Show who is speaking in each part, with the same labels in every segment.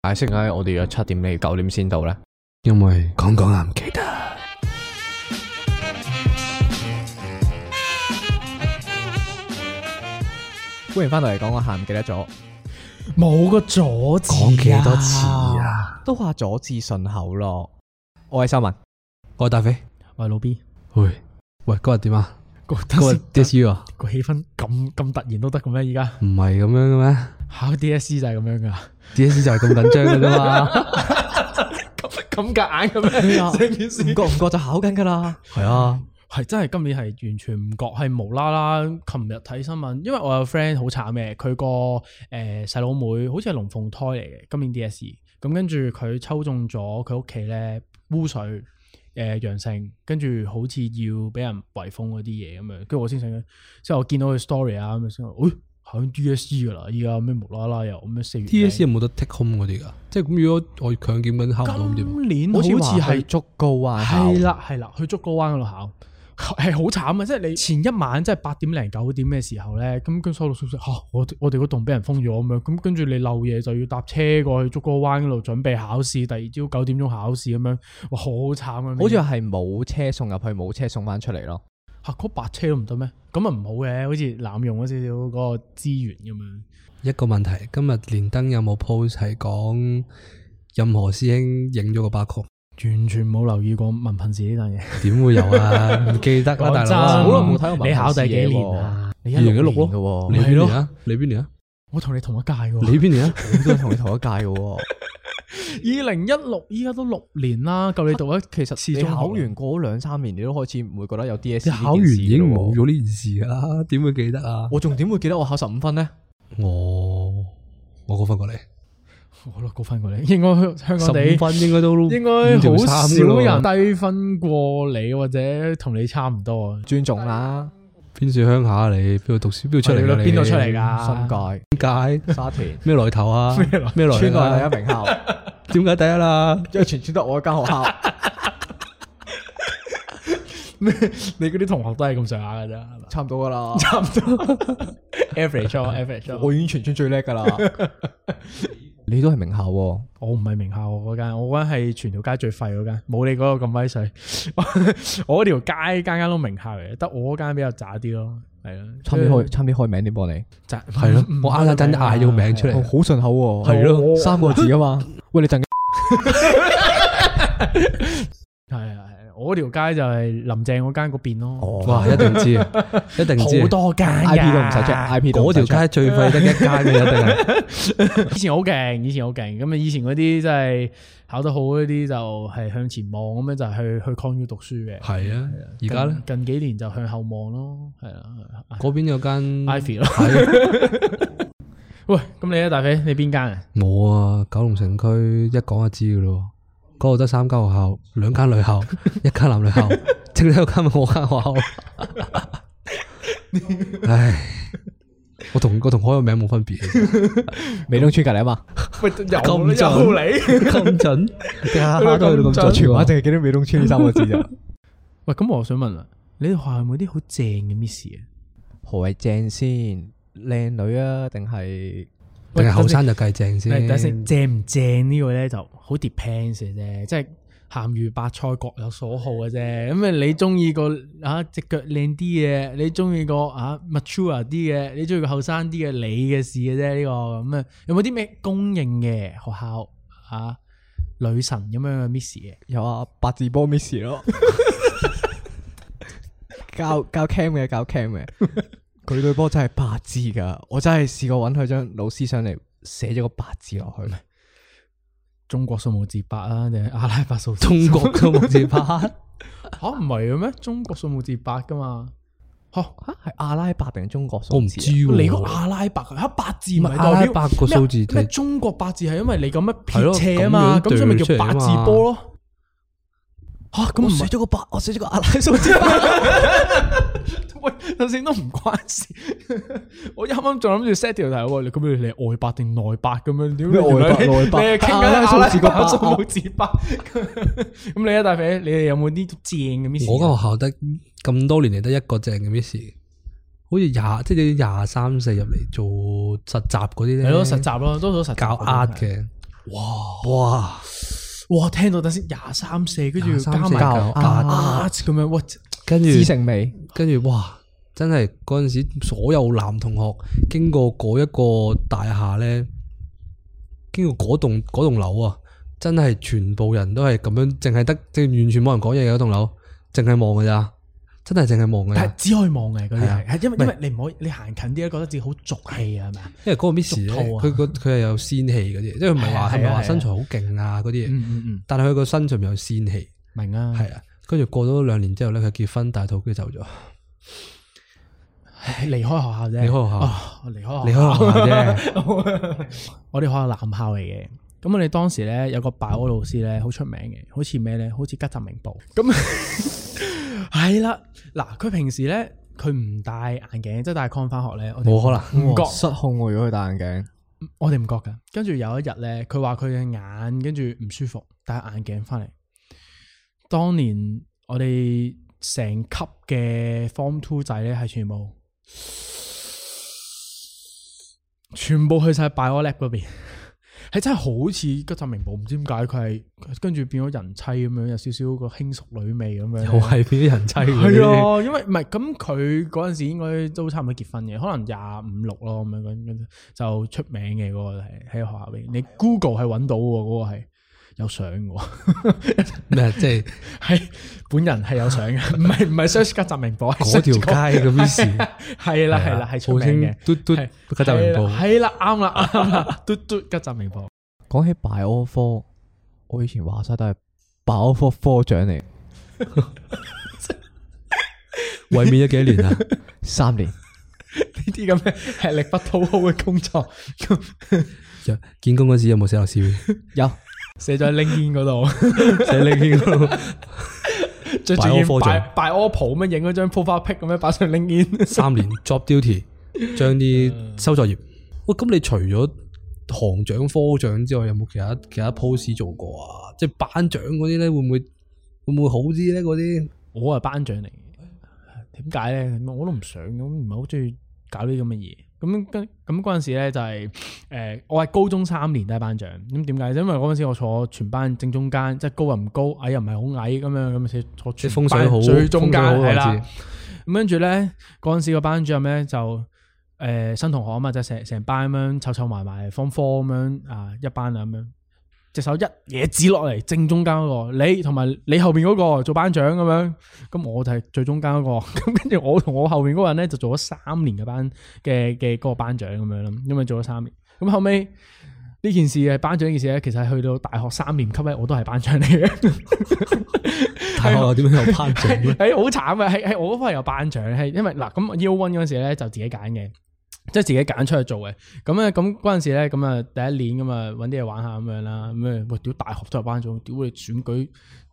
Speaker 1: 解釋下我哋嘅七點你九點先到咧？
Speaker 2: 因為講講啊唔記得。
Speaker 1: 歡迎翻到嚟講，我下唔記得咗，
Speaker 3: 冇個阻字、啊，
Speaker 2: 講幾多次啊？
Speaker 1: 都話左至順口咯。我係修文，
Speaker 2: 我係大肥，
Speaker 3: 喂，老 B，
Speaker 2: 喂喂，嗰日點啊？
Speaker 3: 覺
Speaker 2: 嗰日
Speaker 3: 得
Speaker 2: DSU 啊？
Speaker 3: 個氣氛咁咁突然都得嘅咩？而家
Speaker 2: 唔係咁樣嘅咩
Speaker 3: 考 DSE 就係咁樣噶，
Speaker 2: ？DSU 就係咁緊張嘅啫 嘛。
Speaker 3: 咁夾硬嘅咩
Speaker 1: 啊
Speaker 3: 成件事
Speaker 1: 唔覺唔覺就考緊噶啦。
Speaker 2: 係啊，
Speaker 3: 係真係今年係完全唔覺，係無啦啦。琴日睇新聞，因為我有 friend 好慘嘅，佢個誒細佬妹好似係龍鳳胎嚟嘅，今年 DSE 咁跟住佢抽中咗佢屋企咧污水誒、呃、陽性，跟住好似要俾人圍封嗰啲嘢咁樣，跟住我先醒，之後我見到佢 story 啊咁樣先話，誒、考緊 DSE 噶啦，E 依家咩無啦啦又咩四月
Speaker 2: DSU 有冇得 take home 嗰啲㗎？即係咁，如果我強檢緊考唔到咁點啊？
Speaker 3: 今年好似
Speaker 1: 話去
Speaker 3: 係
Speaker 1: 竹篙灣考
Speaker 3: 係，啦，係啦，去竹篙灣嗰度考，係好慘啊！即係你前一晚即係八點零九點嘅時候咧，咁跟收到消息吓，我哋我哋嗰棟俾人封咗咁樣，咁跟住你漏夜就要搭車過去竹篙灣嗰度準備考試，第二朝九點鐘考試咁樣，哇，好慘啊！
Speaker 1: 好似係冇車送入去，冇車送翻出嚟咯。
Speaker 3: 吓嗰白車都唔得咩？咁啊唔好嘅，好似濫用咗少少嗰個資源咁樣。
Speaker 2: 一個問題，今日連登有冇 post 係講任何師兄影咗個巴曲？
Speaker 3: 完全冇留意過文憑試呢單嘢，
Speaker 2: 點會有 啊？唔記得啦，大佬啊。
Speaker 1: 好耐冇睇過文憑試
Speaker 3: 你考第幾
Speaker 1: 嘢喎
Speaker 3: 年啊？你
Speaker 2: 二零一六
Speaker 1: 年嘅
Speaker 2: 咯，
Speaker 1: 喎
Speaker 2: 你邊年啊？你邊年啊？
Speaker 3: 我同你同一屆喎。
Speaker 2: 你邊年 啊？
Speaker 1: 我都係同你同一屆嘅 喎。
Speaker 3: 二零一六依家都六年啦，夠你讀一其實
Speaker 1: 你考完過咗兩三年，你都開始唔會覺得有 DSE
Speaker 2: 你
Speaker 1: 呢件事
Speaker 2: 考完已經
Speaker 1: 㗎
Speaker 2: 冇
Speaker 1: 喎
Speaker 2: 咗呢件事㗎啦，點會記得啊？
Speaker 1: 我仲點會記得我考十五分呢？
Speaker 2: 我我嗰分過你，
Speaker 3: 我都高分過你，應該香港地
Speaker 2: 十五分應該都
Speaker 3: 應該好少
Speaker 2: 五
Speaker 3: 人
Speaker 2: 條三㗎啦
Speaker 3: 低分過你或者同你差唔多啊。
Speaker 1: 尊重啦，
Speaker 2: 邊處鄉下啊你？邊度讀書？邊度出嚟㗎？你
Speaker 3: 邊度出嚟？
Speaker 1: 新
Speaker 3: 㗎？
Speaker 1: 界、
Speaker 2: 點解？
Speaker 1: 沙田、
Speaker 2: 咩來頭啊？咩來
Speaker 1: 村
Speaker 2: 頭
Speaker 1: 內
Speaker 2: 啊？
Speaker 1: 第一名校，
Speaker 2: 點解第一啦？
Speaker 1: 因為全村得我一間學 校。
Speaker 3: 你嗰啲同學都係咁上下㗎啫，係嘛？
Speaker 1: 差唔多噶 啦，
Speaker 3: 差唔 多 average 咯，average 咯
Speaker 1: 我已經全村最叻噶啦。 你都係名校喎，
Speaker 3: 我唔係名校喎嗰間，我嗰間係全條街最廢嗰間，冇你嗰個咁威水。 我嗰條街間間都名校嚟嘅，得我嗰間比較渣啲咯，係啦。
Speaker 1: 差啲開，差啲開名添幫你，
Speaker 3: 渣
Speaker 2: 係咯，我啱啱真
Speaker 3: 嗌
Speaker 2: 嗌咗個名出
Speaker 1: 哦
Speaker 2: 嚟，
Speaker 1: 好順口喎，
Speaker 2: 係咯
Speaker 1: 哦三個字啊嘛。 喂，你陣間
Speaker 3: 系啊，係啊我嗰條街就係林鄭嗰間嗰邊咯，
Speaker 2: 哇！一定知，啊， 一定哦知
Speaker 3: 好。多間
Speaker 1: I P 都唔使 check，I P 都唔
Speaker 2: 嗰
Speaker 1: 使
Speaker 2: 條
Speaker 1: check
Speaker 2: 街最廢得一間嘅，一定 係。
Speaker 3: 以前好勁，以前好勁，咁啊以前嗰啲真係考得好嗰啲就係向前望，咁樣就係去去 con u 讀書嘅。
Speaker 2: 係啊，而家咧嗯
Speaker 3: 近近幾年就向後望咯，係啊
Speaker 2: 嗰邊有間
Speaker 3: ，Ivy 咯。
Speaker 2: 係啊
Speaker 3: 喂，咁你咧大肥，你邊間啊？
Speaker 2: 冇啊，九龍城區一講就知噶咯。嗰度得三間學校，兩間女 校，一間男女校，剩低嗰間咪我間 學校。唉，我同我同海個名冇分別，
Speaker 1: 美東村隔離啊 嘛，
Speaker 3: 喂，
Speaker 2: 咁準
Speaker 3: 你。
Speaker 2: 咁準，
Speaker 3: 下
Speaker 2: 下
Speaker 3: 都去到咁準
Speaker 1: 全話淨係記得美東村呢三個字咋。
Speaker 3: 喂，咁我想問啦，你哋學校有冇啲好正嘅 miss 啊？
Speaker 1: 何謂正先？靚女啊，定係
Speaker 2: 定係後生就計正先。
Speaker 3: 誒等先，正唔正呢個咧就好 depends 嘅啫，即係鹹魚白菜各有所好嘅啫。咁啊，你中意個啊隻腳靚啲嘅，你中意個啊 mature 啲嘅，你中意個後生啲嘅，你嘅事嘅啫呢個咁啊。有冇啲咩公認嘅學校啊女神咁樣嘅 miss 嘅？
Speaker 1: 有啊八字波 miss 咯，教教 cam 嘅教 cam 嘅，佢對波真係八字噶，我真係試過揾佢張老師上嚟寫咗個八字落去。
Speaker 3: 中國數目字八啊，定係阿拉伯數 字？
Speaker 1: 啊
Speaker 2: 中國嘅木字拍，
Speaker 3: 嚇唔係嘅咩？中國數目字八噶嘛？吓
Speaker 1: 吓係阿拉伯定中國數字啊
Speaker 2: 我唔知喎。
Speaker 3: 你個啊阿拉伯嚇八字唔係
Speaker 2: 唔係
Speaker 3: 代表
Speaker 2: 阿拉伯個數字
Speaker 3: 咩
Speaker 2: 就係
Speaker 3: 咩中國八字係因為你咁樣
Speaker 2: 係
Speaker 3: 撇
Speaker 2: 咯
Speaker 3: 斜啊嘛，
Speaker 2: 咁
Speaker 3: 咁
Speaker 2: 樣
Speaker 3: 所以咪叫
Speaker 2: 對出嚟
Speaker 3: 八
Speaker 2: 啊嘛
Speaker 3: 字波咯。吓咁唔
Speaker 1: 我寫
Speaker 3: 係
Speaker 1: 咗個八，我寫咗個阿拉數字八。
Speaker 3: 喂，頭先都唔關事。 我啱啱仲諗住 set 條題喎，你咁你你係外八定內八咁樣？點
Speaker 1: 咩外八內八
Speaker 3: 你係傾緊
Speaker 1: 阿拉
Speaker 3: 阿
Speaker 1: 數
Speaker 3: 拉
Speaker 1: 字個八
Speaker 3: 伯數字八。 咁你啊大肥，你哋有冇啲正嘅 miss？
Speaker 2: 我間學校得咁多年嚟得一個正嘅 miss，好似廿即係廿三四入嚟做實習嗰啲咧，
Speaker 3: 係咯實習咯，多數實習
Speaker 2: 教呃嘅。哇哇，
Speaker 3: 哇，聽到等先廿三四，跟住
Speaker 2: 廿
Speaker 3: 加
Speaker 2: 三四
Speaker 3: 埋
Speaker 2: 教呃，
Speaker 3: 啊咁樣，哇！
Speaker 2: 跟住
Speaker 1: 知成未？
Speaker 2: 跟住哇，真係嗰陣時所有男同學經過嗰一個大廈咧，經過嗰棟嗰棟樓啊，真係全部人都係咁樣，淨係得即係完全冇人講嘢嘅嗰棟樓，淨係望㗎咋，真係淨係望㗎
Speaker 3: 但係
Speaker 2: 咋。
Speaker 3: 只可以望嘅嗰啲
Speaker 2: 啊係啊
Speaker 3: 係，係因為
Speaker 2: 唔係
Speaker 3: 因為你唔可以你行近啲咧，覺得自己好俗氣啊，係咪啊？
Speaker 2: 因為嗰個 miss 咧，
Speaker 3: 俗套啊
Speaker 2: 佢個佢係有仙氣嗰啲，即係唔係
Speaker 3: 係啊
Speaker 2: 話係
Speaker 3: 係
Speaker 2: 咪
Speaker 3: 啊
Speaker 2: 話
Speaker 3: 係啊
Speaker 2: 身材好勁啊嗰啲嘢，
Speaker 3: 嗯嗯嗯，
Speaker 2: 但係佢個身上面有仙氣，
Speaker 3: 明啊，
Speaker 2: 係啊。跟住過咗兩年之後咧，佢結婚大肚，跟住走咗，
Speaker 3: 哦唉離開學校啫，
Speaker 2: 離開學校
Speaker 3: 啊離開
Speaker 2: 離
Speaker 3: 學校
Speaker 2: 開學校啫。
Speaker 3: 我哋學校男校嚟嘅。咁我哋當時咧有個爆嗰老師咧好出名嘅，好似咩咧？好似吉澤明步。咁 係啦，嗱，佢平時咧佢唔戴眼鏡，即係戴 con 翻學咧，我哋
Speaker 2: 冇可能
Speaker 3: 唔覺
Speaker 1: 失控喎！如果佢戴眼鏡，
Speaker 3: 我哋唔覺㗎，跟住有一日咧，佢話佢嘅眼跟住唔舒服，戴眼鏡翻嚟。當年我哋成級嘅 Form Two 仔咧，係全部全部去晒 Bio Lab 嗰邊， 係真係好似吉澤明步，唔知點解佢係跟住變咗人妻咁樣，有少少個輕熟女味咁樣。
Speaker 2: 又係變咗人妻嗰
Speaker 3: 係
Speaker 2: 啲。
Speaker 3: 啊，因為唔係咁佢嗰陣時應該都差唔多結婚嘅，可能廿五六咯咁樣咁樣就出名嘅嗰、個係喺學校邊，你 Google 係揾到喎，嗰、個係有相嘅喎，
Speaker 2: 咩啊即係
Speaker 3: 係本人係有相 嘅，唔係唔係 search 吉澤明步，
Speaker 2: 嗰條街嘅 miss，
Speaker 3: 係啦
Speaker 2: 啊
Speaker 3: 係啦係出名嘅，
Speaker 2: 嘟嘟
Speaker 3: 係
Speaker 2: 吉澤明步，
Speaker 3: 係啊啦啱啦啱啦，嘟嘟吉澤明步。
Speaker 1: 講起 bio 科，我以前話晒都係 bio 科科長嚟，
Speaker 2: 衛冕咗幾多 年啊？
Speaker 1: 三年。
Speaker 3: 呢啲咁嘅吃力不討好嘅工作，
Speaker 2: 有見工嗰時有冇寫落 CV？
Speaker 1: 有
Speaker 3: 寫咗喺 LinkedIn 嗰度。
Speaker 2: 寫你見工
Speaker 3: 着住
Speaker 2: Bio
Speaker 3: 件
Speaker 2: 科
Speaker 3: 拜
Speaker 2: 長
Speaker 3: 拜 all 袍咁樣影嗰張 profile pic 咁樣擺上 LinkedIn，
Speaker 2: 三年 job duty，將
Speaker 3: 嗯
Speaker 2: 啲收作業。喂，咁你除咗行長、科長之外，有冇其他其他 post 做過啊？即係班長嗰啲咧，會唔會會唔會好啲咧？嗰啲
Speaker 3: 我係班長嚟嘅，點解咧？我都唔想咁，唔係好中意搞呢啲咁嘅嘢。咁跟咁嗰陣時咧就係、呃我係高中三年都係班長。咁點解？因為嗰陣時我坐全班正中間，即係高又唔高，矮又唔係好矮咁樣咁先坐
Speaker 2: 即
Speaker 3: 全
Speaker 2: 係風水好，
Speaker 3: 班最中間係
Speaker 2: 風水好嘅位
Speaker 3: 啦
Speaker 2: 置。。
Speaker 3: 咁跟住咧嗰陣時個班主任咧就誒、呃新同學啊嘛，就成成班咁樣湊湊埋埋 form four 咁樣啊一班啊咁樣。隻手一嘢指落嚟，正中間嗰、個，你同埋你後邊嗰、個做班長咁樣，咁我就係最中間嗰、個， 咁跟住我同我後邊嗰個人咧就做咗三年嘅班嘅嘅嗰個班長咁樣啦，因為做咗三年，咁後尾呢件事嘅班長呢件事咧，其實係去到大學三年級咧，我都係班長嚟嘅，
Speaker 2: 大學又點樣有班 長咧？
Speaker 3: 啊係好慘啊！係係我嗰科係有班長，係因為嗱咁 U one 嗰陣時咧就自己揀嘅，即係自己揀出去做嘅。咁咧咁嗰陣時咧咁啊第一年咁啊揾啲嘢玩下咁樣啦。咁啊喂屌大學都有班長，屌你選舉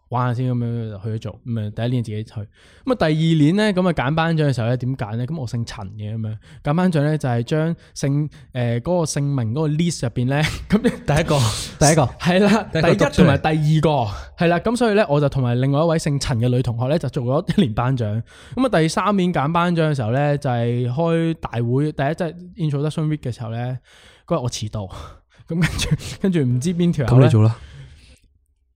Speaker 3: 玩下先咁樣就去咗做。咁啊第一年自己去，咁啊第二年咧咁啊揀班長嘅時候咧點揀咧？咁我姓陳嘅咁樣揀班長咧就係將姓誒嗰個姓名嗰個 list 入邊咧咁。
Speaker 2: 第一個
Speaker 1: 第一個
Speaker 3: 係啦，
Speaker 2: 第
Speaker 3: 第
Speaker 2: 一個
Speaker 3: 一
Speaker 2: 讀出
Speaker 3: 同
Speaker 2: 嚟
Speaker 3: 埋第二個係啦，咁所以咧，我就同埋另外一位姓陳嘅女同學咧，就做咗一年班長。咁啊，第三年揀班長嘅時候咧，就係、開大會第一即係 introduction week 嘅時候咧，嗰日我遲到，咁跟住跟住唔知邊條友
Speaker 2: 咁
Speaker 3: 咧
Speaker 2: 你做啦，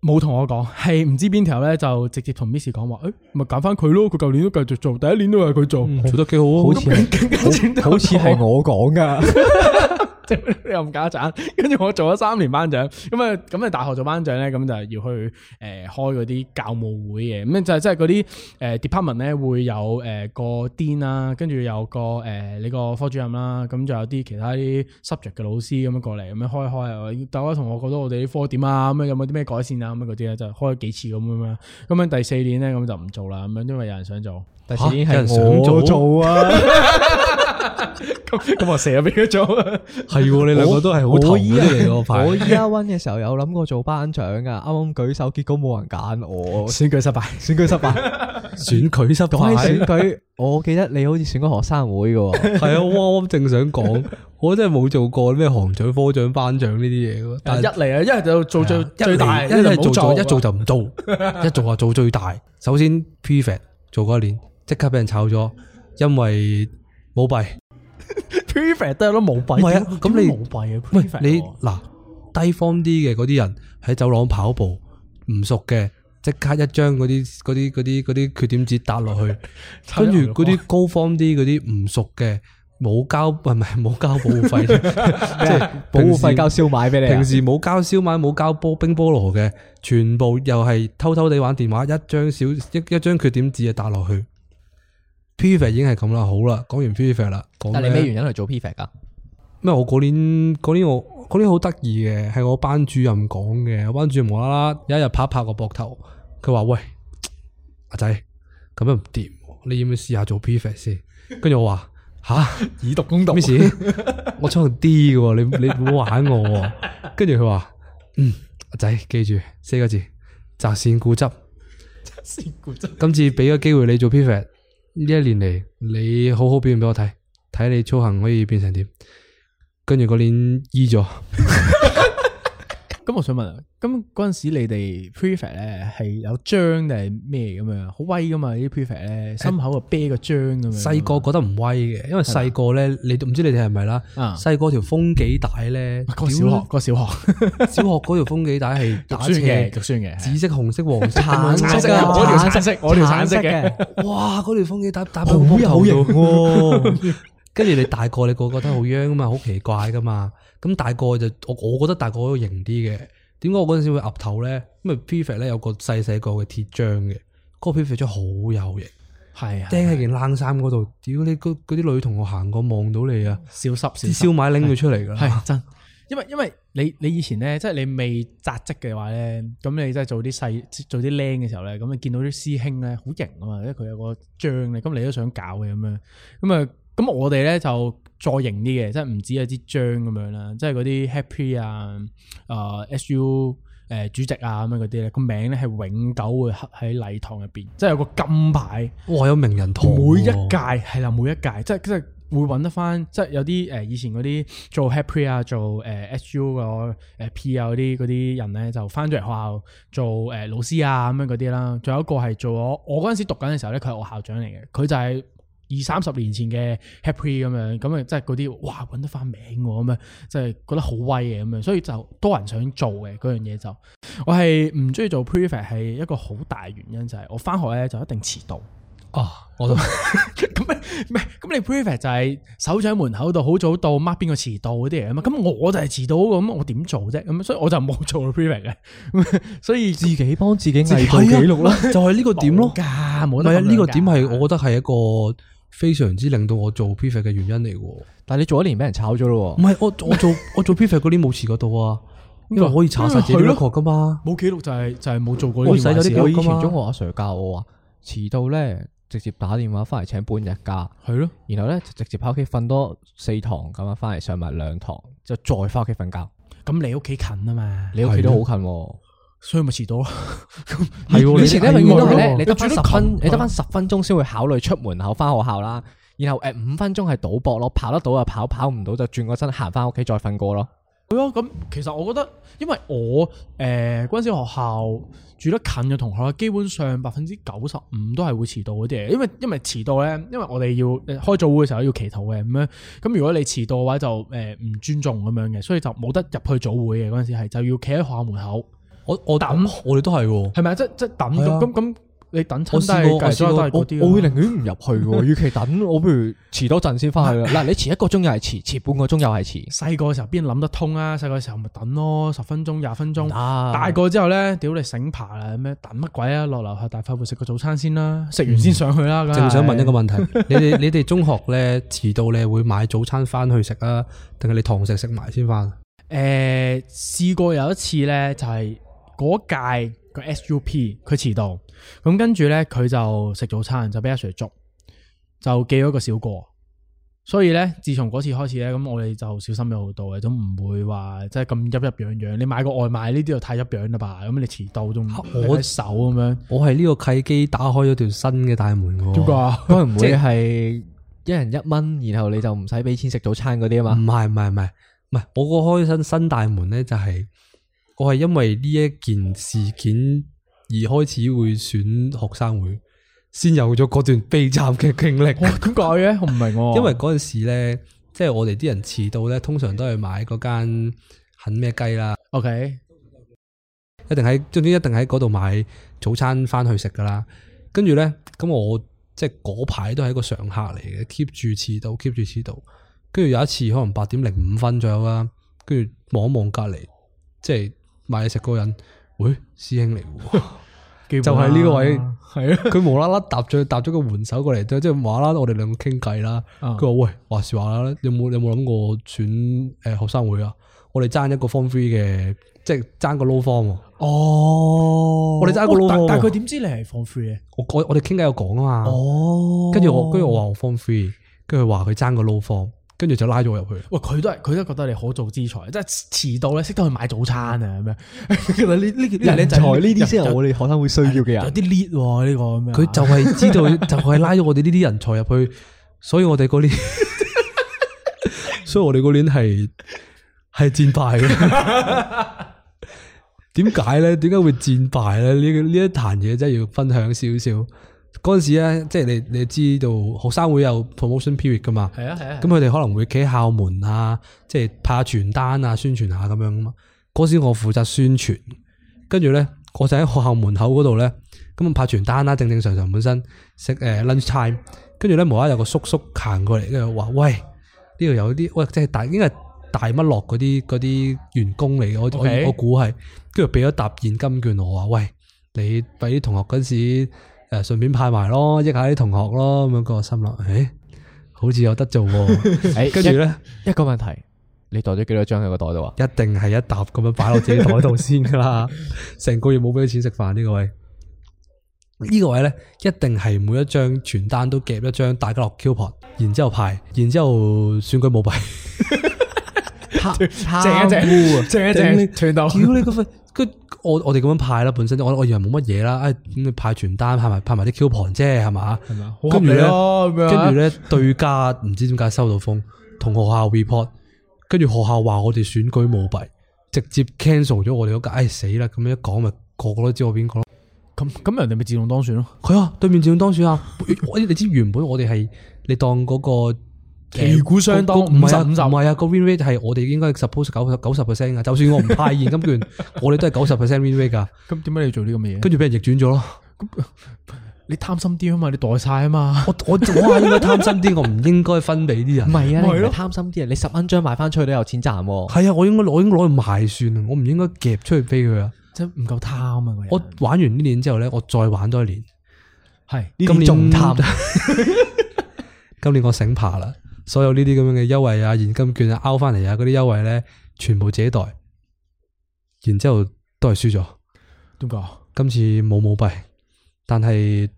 Speaker 3: 冇同我講，係唔知邊條友咧就直接同 Miss 講話，誒咪揀翻佢咯，佢舊年都繼續做，第
Speaker 2: 嗯
Speaker 3: 嗯一年都係佢做。
Speaker 2: 做得幾好啊！
Speaker 1: 好似係
Speaker 3: 跟住
Speaker 1: 好似係我講噶，
Speaker 3: 屌你又唔搞賺，跟住我做咗三年班長，咁啊咁啊大學做班長咧，咁就係要去誒、呃、開嗰啲教務會嘅，咁就係即係嗰啲誒 department 咧會有誒、呃、個 dean 啦，跟住有個誒、呃你個科主任啦，咁就有啲其他啲 subject 嘅老師咁樣過嚟咁樣開開啊，大家同學覺得我哋啲科點啊，咁樣有冇啲咩改善啊咁樣嗰啲咧，就開咗幾次咁樣，咁樣第四年咧咁就唔做啦，咁樣因為有人想做。
Speaker 1: 第四年
Speaker 2: 有人想
Speaker 1: 係我
Speaker 2: 做
Speaker 1: 做啊，
Speaker 3: 咁咁我成日俾佢做，
Speaker 2: 系你兩個都係好頭
Speaker 3: 啊
Speaker 2: 嗰啲嚟嗰排
Speaker 1: 我 E R One 嘅時候有諗過做班長噶，啱啱舉手，結果冇人揀我，
Speaker 3: 選舉失敗。
Speaker 1: 選舉失 敗。
Speaker 2: 選舉失
Speaker 1: 講起選。
Speaker 2: 敗
Speaker 1: 舉，我記得你好似選過學生會嘅喎。
Speaker 2: 係啊，哇我啱正想講，我真係冇做過咩行長、科長、班長呢啲嘢嘅。但
Speaker 3: 一
Speaker 2: 係
Speaker 3: 嚟啊，一係就做最
Speaker 2: 一
Speaker 3: 最大，
Speaker 2: 一係做啊
Speaker 3: 做啊
Speaker 2: 咗，一做就唔做，一做就做最大。首先 prefect 做嗰一年，即刻俾人炒咗，因為舞弊。
Speaker 3: prefect 都有得冇
Speaker 2: 唔
Speaker 3: 弊。
Speaker 2: 係啊
Speaker 3: 點
Speaker 2: 咁你
Speaker 3: 點冇弊啊
Speaker 2: 喂，
Speaker 3: prefect
Speaker 2: 你
Speaker 3: 喎
Speaker 2: 嗱低方啲嘅嗰啲人喺走廊跑步，唔熟嘅即刻一張嗰啲嗰啲嗰啲嗰啲缺點紙搭落 去，
Speaker 3: 差
Speaker 2: 跟
Speaker 3: 啲
Speaker 2: 住
Speaker 3: 牛肉
Speaker 2: 嗰啲高方啲嗰啲唔熟嘅冇交，唔係 冇交保護費，即係
Speaker 1: 啊保護費
Speaker 2: 平時
Speaker 1: 交燒賣俾你啊，
Speaker 2: 平時冇交燒賣冇交波冰菠蘿嘅，全部又係偷偷地玩電話，一張小一一張缺點紙就打落去。p f 已經係咁啦，好啦，講完 p f 啦，講
Speaker 1: 但係
Speaker 2: 咩
Speaker 1: 你
Speaker 2: 啊
Speaker 1: 咩
Speaker 2: 咧？
Speaker 1: 原因去做 P F 啊噶？
Speaker 2: 咩？我嗰年嗰年我嗰年好得意嘅，係我班主任講嘅。我班主任無啦啦有一日拍一拍我膊頭，佢話：喂，阿仔咁樣唔掂喎，你要唔要試下做 p f 先？跟住我話：吓。
Speaker 3: 以毒攻毒啊
Speaker 2: 咩事？ 我抽到 D 嘅喎，你你唔好玩我喎。跟住佢話：嗯，阿仔記住四個字，擇善固執。
Speaker 3: 先固執
Speaker 2: 今次俾個機會你做 pivot，呢一年嚟你好好表現俾我睇，睇你操行可以變成點。跟住嗰年醫咗，
Speaker 3: 咁我想問啊，咁嗰陣時你哋 prefect 咧係有章定係咩咁樣？啊好威噶嘛？啲 prefect 咧心口啊啤個章咁樣。
Speaker 2: 細個覺得唔威嘅，因為細個咧，你都唔知你哋係咪啦。
Speaker 3: 啊
Speaker 2: 細個條風紀帶咧，
Speaker 3: 個小學，個小學
Speaker 2: 屌小學嗰條風紀帶係
Speaker 3: 讀
Speaker 2: 打
Speaker 3: 書嘅，讀
Speaker 2: 斜，
Speaker 3: 書嘅。
Speaker 2: 紫色、紅色、黃色、
Speaker 1: 橙
Speaker 3: 橙
Speaker 1: 色
Speaker 3: 色
Speaker 1: 啊，
Speaker 3: 我條
Speaker 1: 橙
Speaker 3: 橙色我條橙色嘅
Speaker 1: 嘅，
Speaker 2: 哇！嗰條風紀打打
Speaker 1: 好
Speaker 2: 到
Speaker 1: 有型
Speaker 2: 喎。跟住你大個，你個個覺得好樣噶嘛，好奇怪噶嘛。咁大個就我我覺得大個都型啲嘅。點解我嗰陣時會岌頭咧？因為 prefect 咧有個細細個嘅鐵章嘅，嗰、個 prefect 章好有型，
Speaker 3: 係啊，
Speaker 2: 釘喺件冷衫嗰度。屌你嗰嗰啲女同學行過望到你啊，
Speaker 3: 小濕
Speaker 2: 啲
Speaker 3: 小濕
Speaker 2: 燒賣拎佢出嚟㗎
Speaker 3: 係
Speaker 2: 啦。
Speaker 3: 真。因為因為你你以前咧，即係你未扎職嘅話咧，咁你即係做啲細做啲僆嘅時候咧，咁你見到啲師兄咧好型啊嘛，因為佢有個章咧，咁你都想搞嘅咁樣，咁啊咁我哋咧就再型啲嘅，即係唔止有支章咁樣啦，即係嗰啲 Happy 啊，啊 SU 誒、主席啊咁樣嗰啲咧，個名咧係永久會刻喺禮堂入邊，即係有個金牌。
Speaker 2: 哇！有名人堂喎，
Speaker 3: 每一屆係啦，每一屆即係即係會揾得翻，即係有啲誒、呃以前嗰啲做 happy 啊，做誒、呃 SU 個誒 P 啊嗰啲嗰啲人咧，就翻咗嚟學校做誒、呃老師啊咁樣嗰啲啦。仲有一個係做咗我嗰陣時讀緊嘅時候咧，佢係我校長嚟嘅，佢就係、二三十年前嘅 happy 咁樣，咁啊即係嗰啲哇揾得翻名喎咁樣，即係覺得好威嘅咁樣，所以就多人想做嘅嗰樣嘢就，我係唔中意做 prefect 係一個好大原因就係、我翻學咧就一定遲到。
Speaker 2: 啊！我都
Speaker 3: 咁咪唔係咁你 prefect 就係守喺門口度好早到 mark 邊個遲到嗰啲嚟啊嘛，咁我就係遲到嗰個咁我點做啫？咁所以我就冇做 prefect 嘅，咁 所以
Speaker 1: 自己幫自己
Speaker 2: 係
Speaker 1: 偽造記錄啦。
Speaker 2: 啊，就係呢個點咯。
Speaker 3: 噶
Speaker 2: 唔
Speaker 3: 冇得
Speaker 2: 係啊，
Speaker 3: 咁樣㗎
Speaker 2: 呢個點係我覺得係一個非常之令到我做 prefect 嘅原因嚟嘅喎。唔
Speaker 1: 但係你做一年俾人炒咗咯喎，
Speaker 2: 係我我 做我做 prefect 嗰年冇遲過到啊，因為可以查晒自己
Speaker 3: 嗯係咯
Speaker 2: record 噶嘛。
Speaker 3: 冇記錄就係就係冇做過呢
Speaker 2: 我
Speaker 3: 件
Speaker 2: 洗
Speaker 3: 壞
Speaker 2: 咗
Speaker 3: 事啊
Speaker 2: 啲
Speaker 3: 咯
Speaker 2: 記
Speaker 1: 我
Speaker 2: 錄
Speaker 1: 以
Speaker 2: 㗎
Speaker 1: 前
Speaker 2: 嘛
Speaker 1: 中學阿 Sir 教我話，遲到咧直接打電話翻嚟請半日假，
Speaker 3: 係咯，
Speaker 1: 然後咧就直接翻屋企瞓多四堂咁樣，翻嚟上埋兩堂，就再翻屋企瞓覺。
Speaker 3: 咁你屋企近啊嘛，
Speaker 1: 你屋企都好近喎。
Speaker 3: 所以咪遲到咯。
Speaker 2: 係喎
Speaker 1: 以前咧
Speaker 2: 你
Speaker 1: 永遠都係
Speaker 2: 係
Speaker 1: 咧，
Speaker 2: 喎
Speaker 1: 你得翻
Speaker 3: 你
Speaker 1: 十
Speaker 3: 住得
Speaker 1: 分
Speaker 3: 近，
Speaker 1: 你得翻十分鐘先會考慮出門口翻學校啦。然後誒五分鐘係賭博咯，跑得到就啊跑，跑唔到就轉個身行翻屋企再瞓過咯。
Speaker 3: 係咯，咁其實我覺得，因為我誒嗰陣時學校住得近嘅同學，基本上百分之九十五都係會遲到嗰啲嘢，因為因為遲到咧，因為我哋要誒開早會嘅時候要祈禱嘅咁樣，咁如果你遲到嘅話就呃誒唔、尊重咁樣嘅，所以就冇得入去早會嘅嗰陣時係就要企喺學校門口，
Speaker 2: 我我
Speaker 3: 等
Speaker 2: 我哋都係喎。
Speaker 3: 係咪啊？即即等
Speaker 2: 係
Speaker 3: 咁
Speaker 2: 啊
Speaker 3: 咁咁你等
Speaker 2: 我
Speaker 3: 親都
Speaker 2: 試
Speaker 3: 係
Speaker 2: 過，我
Speaker 3: 計
Speaker 2: 試
Speaker 3: 咗都係
Speaker 2: 過，
Speaker 3: 嗰
Speaker 2: 我
Speaker 3: 啲啊
Speaker 1: 我會
Speaker 3: 啦
Speaker 1: 寧願唔 入去喎，與其等，我不如遲多陣先翻去 啦。嗱，你遲一個鐘又係遲，遲半個鐘又係遲，
Speaker 3: 細個嘅時候邊諗得通啊？細個嘅時候咪等咯，十分鐘、廿分鐘。
Speaker 1: 啊
Speaker 3: 大個之後咧，屌你醒爬啦，咩等乜鬼啊？落樓下大快活食個早餐先啦，食完先上去啦。梗係
Speaker 2: 嗯正想問一個問題，你哋你哋中學咧遲到咧會買早餐翻去食啊，定係你堂食食埋先翻？
Speaker 3: 誒試過有一次咧，就係嗰屆個 SUP 佢遲到，咁跟住咧佢就食早餐就俾阿 Sir 捉，就記咗個小過。所以咧，自從嗰次開始咧，咁我哋就小心咗好多嘅，都唔會話即係咁鬱鬱攘攘。你買個外賣呢啲就太鬱攘啦吧？咁你遲到仲
Speaker 2: 我
Speaker 3: 我手咁樣，
Speaker 2: 我係呢個契機打開咗條新嘅大門喎。
Speaker 3: 點解啊？
Speaker 1: 可能唔會係一人一蚊，然後你就唔使俾錢食早餐嗰啲啊
Speaker 2: 唔
Speaker 1: 嘛。
Speaker 2: 係唔係唔係唔係，我個開新新大門咧就係、我係因為呢一件事件而開始會選學生會，先有咗嗰段悲慘嘅經歷。
Speaker 3: 哇 點解嘅？我唔明喎。
Speaker 2: 因為嗰陣時咧，即係我哋啲人遲到咧，通常都係買嗰間肯咩雞啦，
Speaker 3: OK，
Speaker 2: 一定喺總之一定喺嗰度買早餐翻去食噶啦。跟住咧，咁我即係嗰排都係一個常客嚟嘅，keep 住遲到，keep 住遲到。跟住有一次可能八點零五分左右啦，跟住望一望隔離，即係買嘢食嗰個人，喂，師兄嚟喎。
Speaker 3: 就
Speaker 2: 就係呢個位
Speaker 3: 係啊。
Speaker 2: 佢無啦啦搭咗搭咗個援手過嚟，即係無啦啦，我哋兩個傾偈啦。
Speaker 3: 啊
Speaker 2: 佢話：喂，話時話啦，有冇有冇諗過選誒學生會啊？我哋爭一個 form three 嘅，即係爭個 low form 喎。
Speaker 3: 哦
Speaker 2: 我哋揸個老
Speaker 3: 但
Speaker 2: 婆
Speaker 3: 但
Speaker 2: 喎
Speaker 3: 佢點知你係放 free 嘅？
Speaker 2: 我我我哋傾偈有講啊嘛。
Speaker 3: 哦
Speaker 2: 跟住我跟住我話我 form three，跟住佢話佢爭個 low form，跟住就拉咗我入去。
Speaker 3: 喂，佢都係佢都覺得你可造之材，即係遲到咧，識得去買早餐啊咁樣。 其實呢呢呢個
Speaker 1: 人
Speaker 3: 靚
Speaker 1: 才
Speaker 3: 仔
Speaker 1: 呢啲先係
Speaker 3: 有
Speaker 1: 我哋學生會需要嘅
Speaker 3: 有
Speaker 1: 人。
Speaker 3: 啲 lead 喎呢個咁樣。啊
Speaker 2: 佢就係知 道，就係拉咗我哋呢啲人才入去，所以我哋 嗰年，所以我哋嗰年係係戰敗嘅。 點解咧？點解會戰敗咧？呢呢一壇嘢真係要分享少少。嗰陣時咧，即係你你知道學生會有 promotion period 噶嘛？
Speaker 3: 係啊係啊，
Speaker 2: 咁佢哋可能會企喺校門啊，即係派下傳單啊、宣傳下咁樣啊嘛。嗰時我負責宣傳，跟住咧我就喺學校門口嗰度咧，咁啊派傳單啦，正正常常本身食誒 lunch time，跟住咧無啦啦有個叔叔行過嚟，跟住話：喂，呢度有啲喂，即係大應該係大乜落嗰啲嗰啲員工嚟嘅，我我
Speaker 3: OK
Speaker 2: 我估係，跟住俾咗沓現金券我話：喂，你俾啲同學嗰陣時誒順便派埋咯，益下啲同學咯，咁樣個心諗，誒、好似有得做喎、
Speaker 1: 誒
Speaker 2: 跟住咧，
Speaker 1: 一個問題，你袋咗幾多張喺個袋度 啊？
Speaker 2: 一定係一沓咁樣擺落自己袋度先噶啦。成個月冇俾錢食飯呢個位，呢個位咧一定係每一張傳單都夾一張大家樂 coupon，然之後派，然之後選舉舞弊。
Speaker 3: 正
Speaker 1: 啊
Speaker 3: 一正，正一正，全到。
Speaker 2: 屌你個肺！佢我我哋咁樣派啦，本身我我以為冇乜嘢啦，唉、咁你派傳單派埋派埋啲 coupon 啫，係嘛？
Speaker 3: 係咪啊好合
Speaker 2: 跟住
Speaker 3: 理
Speaker 2: 咧，
Speaker 3: 咯咁樣啊
Speaker 2: 跟住咧對家唔知點解收到風，同學校 report，跟住學校話我哋選舉舞弊，直接 cancel 咗我哋嗰屆，唉、死啦！咁樣一講咪個個都知我邊個咯。
Speaker 3: 咁咁人哋咪自動當選咯。
Speaker 2: 佢啊，對面自動當選啊！我你知原本我哋係你當嗰、個。
Speaker 3: 旗鼓相當
Speaker 2: 嗰個唔係啊，
Speaker 3: 50
Speaker 2: 唔係啊，個 win rate 係我哋應該 suppose 九九十 percent 噶，就算我唔派現金 券，我哋都係九十 percent win rate 噶。
Speaker 3: 咁點解你要做呢咁嘅嘢？
Speaker 2: 跟住俾人逆轉咗咯。
Speaker 3: 你貪心啲啊嘛，你袋晒啊嘛。
Speaker 2: 我我我係應該貪心啲，我唔應該分俾啲
Speaker 1: 唔
Speaker 2: 人。
Speaker 1: 係啊，你
Speaker 3: 咪
Speaker 1: 唔
Speaker 3: 係咯
Speaker 1: 係貪心啲啊，你十蚊張賣翻出去都有錢賺喎。
Speaker 2: 係啊，我應該攞應該攞去賣算啊，我唔應該夾出去俾佢啊。
Speaker 3: 真唔夠貪啊！個人
Speaker 2: 我玩完呢年之後咧，我再玩多一年。
Speaker 3: 係
Speaker 2: 今年
Speaker 1: 仲貪，
Speaker 2: 今年我醒爬啦，所有呢啲咁樣嘅優惠啊、現金券啊、拗翻嚟啊嗰啲優惠咧，全部自己袋。然之後都係輸咗。
Speaker 3: 點解？啊
Speaker 2: 今次冇舞弊，但係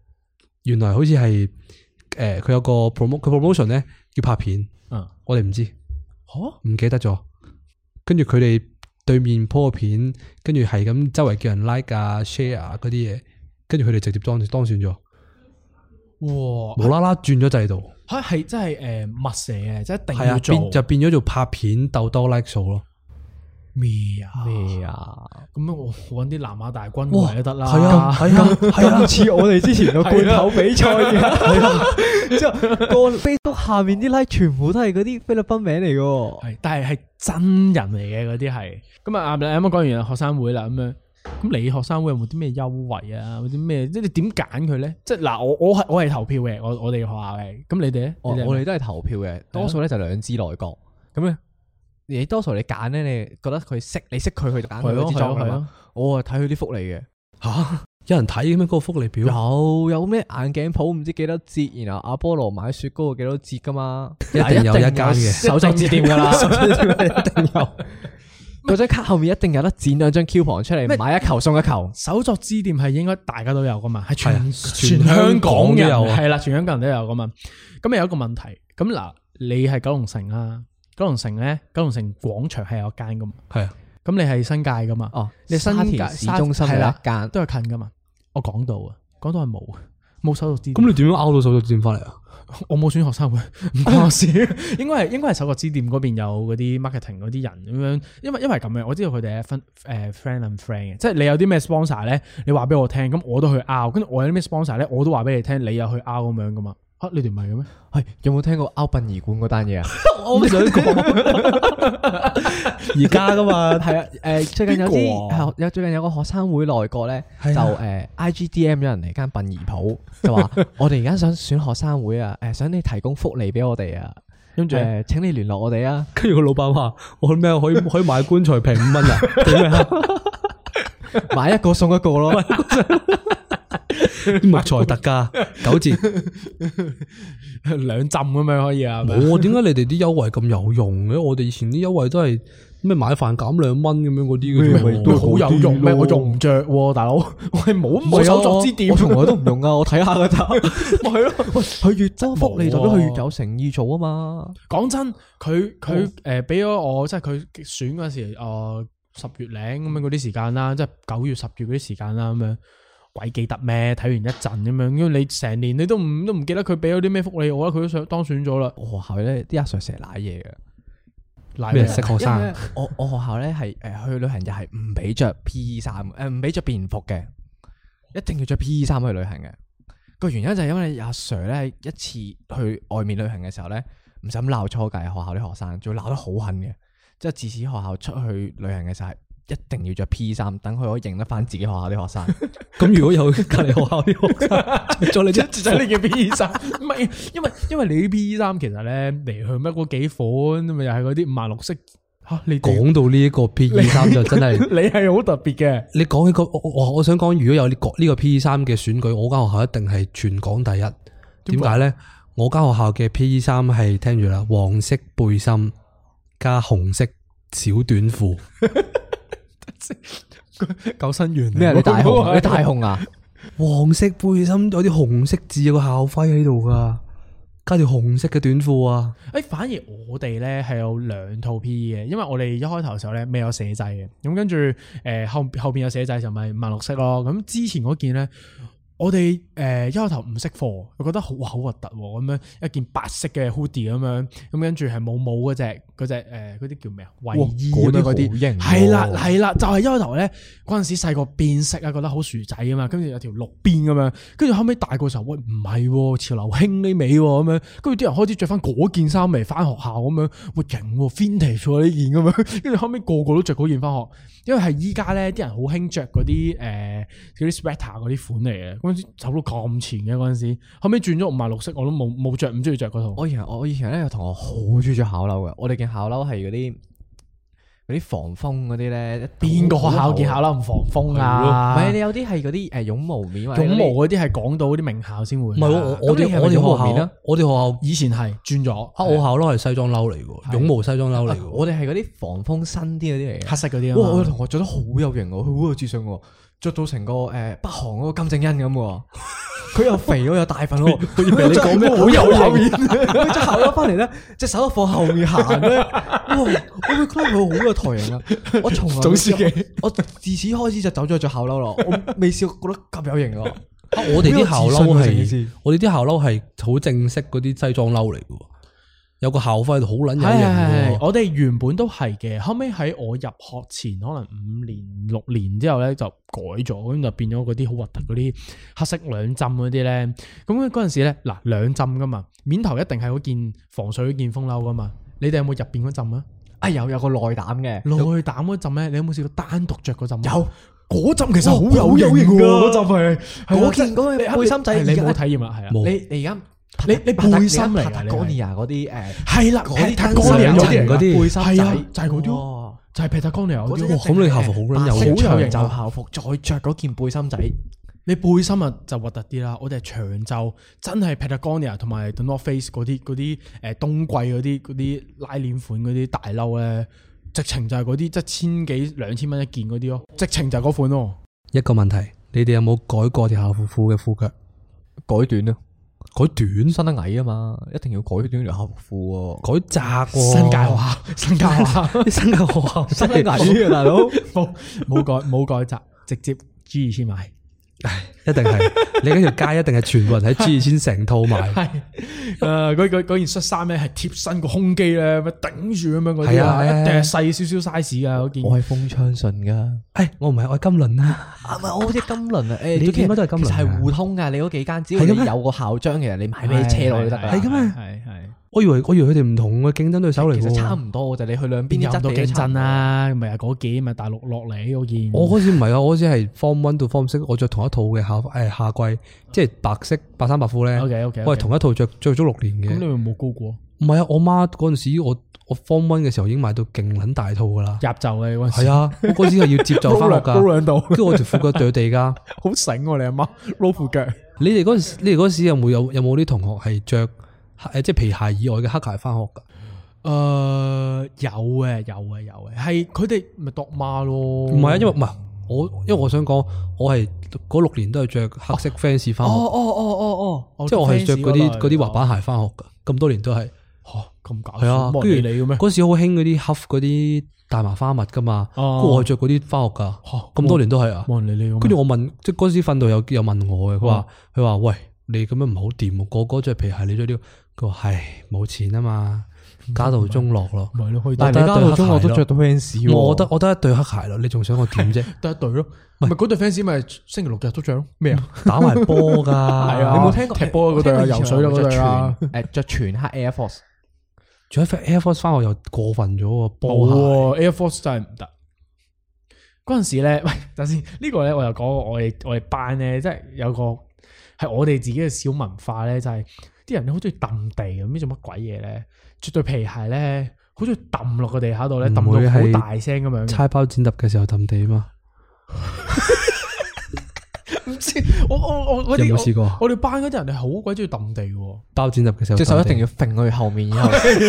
Speaker 2: 原來好似係誒佢有個 promo 佢 promotion 咧要拍片，
Speaker 3: 嗯，
Speaker 2: 我哋唔知。
Speaker 3: 嚇
Speaker 2: 唔記得咗。跟住佢哋對面 po 個片，跟住係咁周圍叫人 like 啊、share 啊嗰啲嘢，跟住佢哋直接當當選咗，
Speaker 3: 哦哇！
Speaker 2: 無啦啦轉咗制度，
Speaker 3: 嚇係真係誒密蛇嘅，即係一定
Speaker 2: 係
Speaker 3: 要
Speaker 2: 啊，
Speaker 3: 做
Speaker 2: 變就變咗做拍片鬥多 like 數咯。
Speaker 3: 咩啊？
Speaker 1: 咩啊？
Speaker 3: 咁樣我揾啲南亞大軍過嚟都得啦。
Speaker 2: 係啊，係啊，係啊，
Speaker 1: 似我哋之前個罐頭比賽嘅，係啊，之後個 Facebook 下面啲 like 全部都係嗰啲菲律賓名嚟嘅。
Speaker 3: 係，但係係真人嚟嘅嗰啲係。咁啊，啱啦啱啱講完學生會啦，咁樣咁你學生會有冇啲咩優惠啊？或者咩？即係你點揀佢咧？即係嗱，我我係我係投票嘅，我我哋學校嘅。咁你哋咧？
Speaker 1: 哦我
Speaker 3: 你
Speaker 1: 我哋都係投票
Speaker 3: 啊
Speaker 1: 嘅，多數咧就兩支內閣咁咧。你多數你揀咧，你覺得佢識，你識佢去揀
Speaker 3: 係
Speaker 1: 佢
Speaker 3: 咯
Speaker 1: 嗰支裝
Speaker 3: 係
Speaker 1: 㗎
Speaker 3: 咯係咯
Speaker 1: 嘛？我啊睇佢啲福利嘅，
Speaker 2: 吓，有人睇嘅咩？嗰個福利表
Speaker 1: 有有咩眼鏡鋪唔知幾多折，然後阿波羅買雪糕幾多折噶嘛？
Speaker 2: 一定有一間嘅，
Speaker 1: 手作字店噶 啦，手作字店一定 有。嗰張卡後面一定有得剪兩張 Q 旁出
Speaker 3: 咩
Speaker 1: 嚟，買一球送一球。
Speaker 3: 手作支店係應該大家都有噶嘛，係
Speaker 2: 係啊
Speaker 3: 全全
Speaker 2: 全
Speaker 3: 香港
Speaker 2: 香港都
Speaker 3: 人
Speaker 2: 有啊
Speaker 3: 係啦，全香港人都有噶嘛。咁有一個問題，咁嗱，你係九龍城啦，九龍城咧，九龍城廣場係有一間噶嘛，
Speaker 2: 係啊，
Speaker 3: 咁你係新界噶嘛，
Speaker 1: 哦，
Speaker 3: 你新
Speaker 1: 沙
Speaker 3: 界
Speaker 1: 田市中心
Speaker 3: 沙
Speaker 1: 有一
Speaker 3: 係啦
Speaker 1: 間，
Speaker 3: 都係近噶嘛。我港島啊，港島係冇啊冇手作支店。
Speaker 2: 咁你點樣拗到手術店翻嚟 啊？
Speaker 3: 我冇選學生會， 唔關我事。應該係應該係首個支店嗰邊有嗰啲 marketing 嗰啲人咁樣，因為因為咁樣，我知道佢哋係分誒 friend and friend 嘅，即係你有啲咩 sponsor 咧，你話俾我聽，咁我都去 out，跟住我有啲咩 sponsor 咧，我都話俾你聽，你又去 out 咁樣噶嘛。嚇、你哋唔係嘅咩？
Speaker 1: 係有冇聽過勾殯儀館嗰單 嘢啊？
Speaker 2: 我唔想講，而家噶嘛，
Speaker 1: 係啊，誒最近有
Speaker 3: 邊個啊
Speaker 1: 啲有最近有個學生會內閣咧，就
Speaker 2: 係啊
Speaker 1: 誒 IGDM 有人嚟間殯儀鋪，就 話我哋而家想選學生會啊，誒想你提供福利俾我哋啊，
Speaker 3: 跟 住
Speaker 1: 誒請你聯絡我哋啊。
Speaker 2: 跟住個老闆話：我咩可以可 以買棺材平五蚊啊？點啊？
Speaker 1: 買一個送一個咯，
Speaker 2: 木材特價 九折。
Speaker 3: 兩浸咁樣可以啊？係咪
Speaker 2: 冇啊！點解你哋啲優惠咁有用嘅？我哋以前啲優惠都係咩買飯減兩蚊咁樣嗰啲嘅啫啊
Speaker 3: 咪
Speaker 2: 喎，
Speaker 3: 都好有用咩？我用唔着喎，大佬， 我係冇
Speaker 2: 啊
Speaker 3: 冇手作支店
Speaker 1: 啊我，從來都唔用啊，我睇下噶咋。
Speaker 3: 咪 係咯。
Speaker 1: 佢越多福利代表
Speaker 3: 冇啊
Speaker 1: 佢越有誠意做啊嘛。
Speaker 3: 講真，佢佢
Speaker 2: 哦
Speaker 3: 誒俾咗我，即係佢選嗰時，誒十月零咁樣嗰啲時間啦，即係九月、十月嗰啲時間啦，咁樣鬼記得咩？睇完一陣咁樣，因為你成年你都唔都唔記得佢俾咗啲咩福利我啦，佢都想當選咗啦。
Speaker 1: 我學校咧啲阿 Sir 成日賴嘢啊嘅，
Speaker 3: 賴啊
Speaker 2: 咩啊
Speaker 3: 咩？
Speaker 2: 識學
Speaker 1: 因為
Speaker 2: 生
Speaker 1: 呢？我我學校咧係誒去旅行又係唔俾着 P 衫嘅，誒唔俾着便服嘅，一定要着 P 衫去旅行嘅。個原因就係因為阿 Sir 咧一次去外面旅行嘅時候咧，唔小心鬧初屆學校啲學生，仲要鬧得好狠嘅。即係自此學校出去旅行嘅時候，係一定要着 P 衫，等佢可以認得翻自己學校啲學生。
Speaker 2: 咁如果有隔離學校啲 學生着咗你啲
Speaker 3: 就係你嘅 B 衫，E 唔係因為因為你啲 B 衫其實咧嚟去乜嗰幾款，咪又係嗰啲五顏六色嚇你哋
Speaker 2: 講到呢一個 P E 衫就真係，
Speaker 3: 你係好特別嘅。
Speaker 2: 你講起個我我我想講，如果有呢個呢個 P E 衫嘅選舉，我間學校一定係全港第一。點解呢？我間學校嘅 P E 衫係聽住啦，黃色背心加紅色小短褲，
Speaker 3: 救生員嚟
Speaker 1: 咩啊？你大
Speaker 3: 嗰個
Speaker 1: 雄，
Speaker 3: 係
Speaker 1: 你大雄啊？
Speaker 2: 黃色背心有啲紅色字有個校徽喺度噶，加條紅色嘅短褲啊！
Speaker 3: 誒，反而我哋咧係有兩套 P.E. 嘅，因為我哋一開頭嘅時候咧未有寫制嘅，咁跟住誒後後邊有寫制就咪五顏六色咯。咁之前嗰件咧，我哋誒、呃一開頭唔識貨，我覺得好哇好核突喎，咁樣一件白色嘅 hoodie 咁樣，咁跟住係冇帽嗰只嗰只誒嗰啲叫咩啊衞衣咁樣嗰
Speaker 1: 好
Speaker 3: 啲，
Speaker 1: 型喎
Speaker 3: 係啦係啦，就係、一開頭咧嗰陣時細個變色啊，覺得好薯仔啊嘛，跟住有條綠邊咁樣，跟住後尾大個時候，喂唔係喎，潮流興呢味喎咁樣，跟住啲人開始着翻嗰件衫嚟翻學校咁樣，喂型喎 vintage 喎呢件咁樣， 跟住後尾個個都着嗰件翻學，因為係依家咧啲人好興着嗰啲誒嗰啲 sweater 嗰啲款嚟嘅，嗰陣時走到咁前嘅嗰陣時，後尾轉咗五顏六色，我都冇冇著，唔中意着嗰套。
Speaker 1: 我以前我以前咧有同學好中意着校褸嘅，我哋件校褸係嗰啲嗰啲防風嗰啲咧，
Speaker 3: 邊個學校見校啦唔防風
Speaker 1: 唔
Speaker 3: 啊？
Speaker 1: 係你有啲係嗰啲誒絨毛面或者嗰
Speaker 3: 絨
Speaker 1: 啲
Speaker 3: 毛啊嗰啲係港島嗰啲名校先會。
Speaker 2: 唔係我我
Speaker 1: 咁
Speaker 2: 我
Speaker 1: 你
Speaker 2: 哋
Speaker 1: 係咪
Speaker 2: 我哋學
Speaker 1: 用毛面
Speaker 2: 校
Speaker 1: 啊
Speaker 2: 我哋學校啊
Speaker 3: 以前係轉咗
Speaker 2: 黑我校褸係西裝褸嚟嘅，絨毛西裝褸嚟
Speaker 1: 啊
Speaker 2: 嘅。
Speaker 1: 我哋係嗰啲防風新啲嗰啲嚟
Speaker 3: 黑色嗰啲
Speaker 1: 嘅。哇！
Speaker 3: 啊
Speaker 1: 我
Speaker 3: 嘛
Speaker 1: 同學着得好有型喎，佢好有自信喎，着到成個誒北韓嗰個金正恩咁 喎。佢又肥咯，又大份咯，佢以為你講咩好有型，佢着校褸翻嚟咧，隻手放後面行咧，哇！我會覺得佢好有台型啊！我從來
Speaker 3: 總
Speaker 1: 未
Speaker 3: 書
Speaker 1: 試過
Speaker 3: 記
Speaker 1: 我自此開始就走咗去着校褸咯，我未試過覺得咁有型咯。
Speaker 2: 啊我哋啲校
Speaker 1: 好
Speaker 2: 褸
Speaker 1: 有自信喎成件
Speaker 2: 係
Speaker 1: 事，
Speaker 2: 我哋啲校褸係好正式嗰啲西裝褸嚟嘅，有個校徽喺度好撚有型
Speaker 3: 係係係
Speaker 2: 嘅，。
Speaker 3: 我哋原本都係嘅，後尾喺我入學前可能五年六年之後咧就改咗，咁就變咗嗰啲好核突嗰啲黑色兩浸嗰啲咧。咁嗰陣時咧，嗱兩浸噶嘛，面頭一定係嗰件防水嗰件風褸噶嘛。你哋有冇入邊嗰浸啊？
Speaker 1: 啊有有個內膽嘅，
Speaker 3: 內膽嗰陣咧，你有冇試過單獨着嗰陣？
Speaker 1: 有
Speaker 3: 嗰陣其實好
Speaker 1: 哇好有
Speaker 3: 型
Speaker 1: 型㗎
Speaker 3: 嗰陣係係啊
Speaker 1: 嗰件嗰個
Speaker 3: 你
Speaker 1: 背心仔
Speaker 3: 係你冇
Speaker 1: 而
Speaker 3: 體
Speaker 1: 家
Speaker 3: 驗啊？係啊，
Speaker 2: 冇
Speaker 1: 你你而家
Speaker 3: 你你背心嚟㗎
Speaker 1: 塔
Speaker 3: 你
Speaker 1: 哥
Speaker 3: 係啊
Speaker 1: 尼亞嗰啲誒
Speaker 3: 係啦，
Speaker 1: 嗰
Speaker 3: 係
Speaker 1: 啲
Speaker 3: 塔
Speaker 1: 單
Speaker 3: 哥
Speaker 1: 身
Speaker 3: 尼亞
Speaker 2: 嗰
Speaker 3: 嗰
Speaker 2: 啲
Speaker 3: 啲
Speaker 2: 人嗰啲
Speaker 1: 背心
Speaker 3: 係啊
Speaker 1: 仔，
Speaker 3: 就係嗰啲咯
Speaker 1: 哇
Speaker 3: 就係 p e t a g o n i 嗰
Speaker 1: 嗰啲
Speaker 3: 啲喎
Speaker 1: 一定
Speaker 2: 咁你
Speaker 1: 係
Speaker 2: 校服好撚
Speaker 1: 白
Speaker 2: 有
Speaker 1: 色
Speaker 3: 型
Speaker 1: 長
Speaker 3: 喎
Speaker 1: 袖校服，再着嗰件背 心仔，
Speaker 3: 你背心啊就核突啲啦，我哋係長袖，真係 Patagonia 同埋 The North Face 嗰啲嗰啲誒冬季嗰啲嗰啲拉鏈款嗰啲大褸咧，直情就係嗰啲即係千幾兩千蚊一件嗰啲咯，直情就係嗰款咯。
Speaker 2: 一個問題，你哋有冇改過條校服褲嘅褲腳？
Speaker 1: 改短咯，
Speaker 2: 改短，
Speaker 1: 身得矮啊嘛，一定要改短條校服褲喎。
Speaker 2: 改窄喎。
Speaker 3: 新界學 校，新界學校
Speaker 2: 新界學 校，
Speaker 1: 身得
Speaker 3: 哎
Speaker 1: 矮啊，大佬，
Speaker 3: 冇冇改冇改窄，直接 G 二千買。
Speaker 2: 一定係你嗰條街一定係全部人喺 G 二千成套 買。
Speaker 3: 係誒嗰嗰嗰件恤衫咧係貼身個胸肌咧，咪頂住咁樣嗰啲
Speaker 2: 係啊
Speaker 3: 啊，
Speaker 2: 係啊
Speaker 3: 一定係細少少 size 噶嗰件。
Speaker 1: 我係風昌信噶。
Speaker 2: 誒，哎我唔係，我係金輪啊。
Speaker 1: 啊，唔係我好似金輪啊，誒，
Speaker 2: 你
Speaker 1: 總之
Speaker 2: 應該都係金輪
Speaker 1: 其實係
Speaker 2: 啊
Speaker 1: 互通噶，你嗰幾間只要
Speaker 2: 係嘅
Speaker 1: 你
Speaker 2: 咩
Speaker 1: 有個校章，其實你買咩車落去都得㗎。
Speaker 2: 係係係係㗎咩
Speaker 3: 啊係啊係。
Speaker 2: 我以為我以為佢哋唔同嘅競爭對手嚟
Speaker 1: 其實差
Speaker 2: 喎。
Speaker 1: 唔多嘅就你去兩邊
Speaker 3: 邊有
Speaker 1: 啲
Speaker 3: 咁
Speaker 1: 質
Speaker 3: 多
Speaker 1: 地
Speaker 3: 競
Speaker 1: 都差唔
Speaker 3: 爭
Speaker 1: 多？
Speaker 3: 啦？咪係嗰件啊咪大陸落嚟嗰件。
Speaker 2: 我嗰時唔係啊，我嗰時係 form one 到 form six，我着同一套嘅校誒夏季，即係白色白衫白褲咧。
Speaker 3: OK，OK，OK
Speaker 2: 我係同一套着着咗六年
Speaker 3: 咁
Speaker 2: 嘅
Speaker 3: 你。咪冇高過
Speaker 2: 唔係啊，我媽嗰陣時我我 form one 嘅時候已經買到勁撚大 套噶啦。
Speaker 3: 入袖嘅嗰陣時
Speaker 2: 係，啊，我嗰時係要接就翻學噶，
Speaker 3: 撈兩撈兩度
Speaker 2: 跟住我條褲腳對地噶。
Speaker 3: 好醒喎你阿媽撈褲腳。
Speaker 2: 你哋嗰陣時你哋嗰陣時有冇有有冇啲同學係着誒即係皮鞋以外嘅黑鞋翻學噶？
Speaker 3: 誒呃有嘅有嘅有嘅，係佢哋咪度媽咯。
Speaker 2: 唔
Speaker 3: 唔
Speaker 2: 係啊，因為唔係我，因為我想講，我係嗰六年都係着黑色 fans 翻學，
Speaker 3: 哦哦哦哦
Speaker 2: 即係我係着嗰啲嗰啲滑板鞋翻學噶，咁多年都係。
Speaker 3: 嚇咁搞
Speaker 2: 係啊
Speaker 3: 笑，，冇
Speaker 2: 跟
Speaker 3: 人
Speaker 2: 住
Speaker 3: 理你嘅咩？
Speaker 2: 嗰時好興嗰啲 huff 嗰啲大麻花襪噶嘛，跟
Speaker 3: 哦
Speaker 2: 住我係着嗰啲翻學噶，
Speaker 3: 嚇
Speaker 2: 咁多年都係啊。
Speaker 3: 冇人理你嘅咩。
Speaker 2: 跟住我問，即係嗰時訓導有有問我嘅，佢話佢話喂，你咁樣唔好掂喎，個個着皮鞋，你着呢個，佢話唉冇錢啊嘛，家道中落咯。
Speaker 3: 咪咯，可以
Speaker 1: 但係
Speaker 2: 我
Speaker 1: 你
Speaker 2: 得
Speaker 1: 家
Speaker 2: 一對
Speaker 1: 到中
Speaker 2: 黑
Speaker 1: 我都
Speaker 2: 鞋
Speaker 1: 着到 fans 喎，
Speaker 2: 我得我得一對黑鞋咯，你仲想我點啫？
Speaker 3: 得一對咯。咪嗰對 fans 咪星期六日都着咯。咩啊？
Speaker 2: 打埋波噶，係
Speaker 3: 啊
Speaker 1: 你冇聽過
Speaker 3: 踢波嗰對啊
Speaker 1: 我聽過以前
Speaker 3: 游水嗰
Speaker 1: 有
Speaker 3: 對啊
Speaker 1: 着全誒着全黑 Air Force，
Speaker 2: 仲有 Air Force 翻學又過分咗喎，波鞋
Speaker 3: 冇喎，Air Force 真係唔得。嗰陣時咧，喂，等先，呢 個咧我又講我哋我哋班咧，即係有個係我哋自己嘅小文化咧，就係啲人好中意揼地咁，唔知做乜鬼嘢咧，着對皮鞋咧，好中意揼落個地下度咧，揼
Speaker 2: 唔會
Speaker 3: 到好
Speaker 2: 係
Speaker 3: 大聲咁樣嘅。
Speaker 2: 猜包剪揼嘅時候揼地啊嘛，
Speaker 3: 唔知我我我我哋
Speaker 2: 有冇試過
Speaker 3: 我我哋班嗰啲人係好鬼中意揼地喎，
Speaker 2: 包剪揼嘅時候
Speaker 1: 隻
Speaker 2: 揼
Speaker 1: 手一定
Speaker 2: 地
Speaker 1: 要揈去後面，然後
Speaker 3: 尖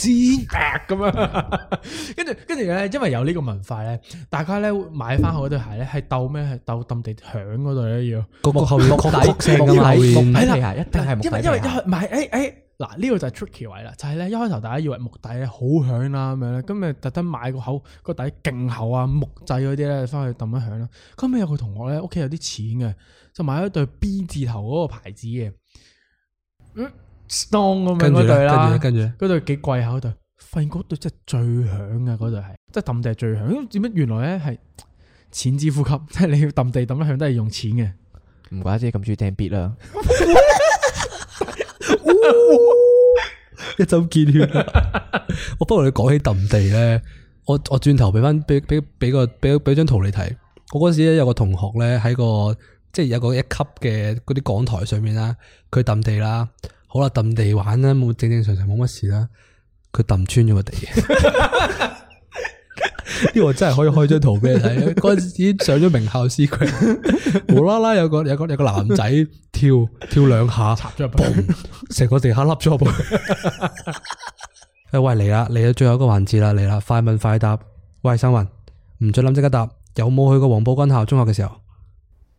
Speaker 3: 咁樣。 跟住跟住咧，因為有呢個文化咧，大家咧買翻好嗰對鞋咧，係鬥咩？係鬥揼地響嗰對咧要。
Speaker 2: 個個後面
Speaker 1: 木
Speaker 2: 擴
Speaker 1: 底
Speaker 2: 擴聲
Speaker 1: 木
Speaker 2: 噶嘛，後
Speaker 1: 底木
Speaker 2: 面
Speaker 1: 底
Speaker 3: 係
Speaker 1: 皮
Speaker 3: 啦
Speaker 1: 鞋一定係木
Speaker 3: 因為
Speaker 1: 底
Speaker 3: 因為一
Speaker 1: 皮鞋
Speaker 3: 開唔係誒誒嗱呢個就係 tricky 位啦，就係咧一開頭大家以為木底咧好響啦咁樣咧，咁咪特登買個口個底勁厚啊木製嗰啲咧，翻去揼一響啦。後尾有個同學咧屋企有啲錢嘅，就買咗對 B 字頭嗰個牌子嘅，嗯 Stone 咁樣
Speaker 2: 跟住
Speaker 3: 嗰對
Speaker 2: 咧，跟住
Speaker 3: 啦
Speaker 2: 咧，，跟住咧，
Speaker 3: 嗰對幾貴啊下嗰對，發現嗰對真係最響嘅嗰對係，即係揼地係最響。點解原來咧係錢之呼吸，即係你要揼地揼得響都係用錢嘅。
Speaker 1: 唔怪之咁中意掟 beat 啦，
Speaker 2: 一針見血 啊。我不過你講起揼地咧，我我轉頭俾翻俾俾俾個俾俾張圖你睇。我嗰時咧有個同學咧喺個即係有個一級嘅嗰啲講台上面啦，佢揼地啦，好啦揼地玩啦，冇正正常常冇乜事啦，佢揼穿咗個 地。呢個我真係可以開張圖俾你睇，嗰陣時已經上咗名校司 佢，無啦啦有個有個有個男仔跳跳兩下，插
Speaker 3: 咗入去
Speaker 2: 成個地下凹咗入去。誒，喂嚟啦，嚟到最後一個環節啦，嚟啦，快問快答。喂，生雲，唔准諗即刻答，有冇去過黃埔軍校中學嘅時候？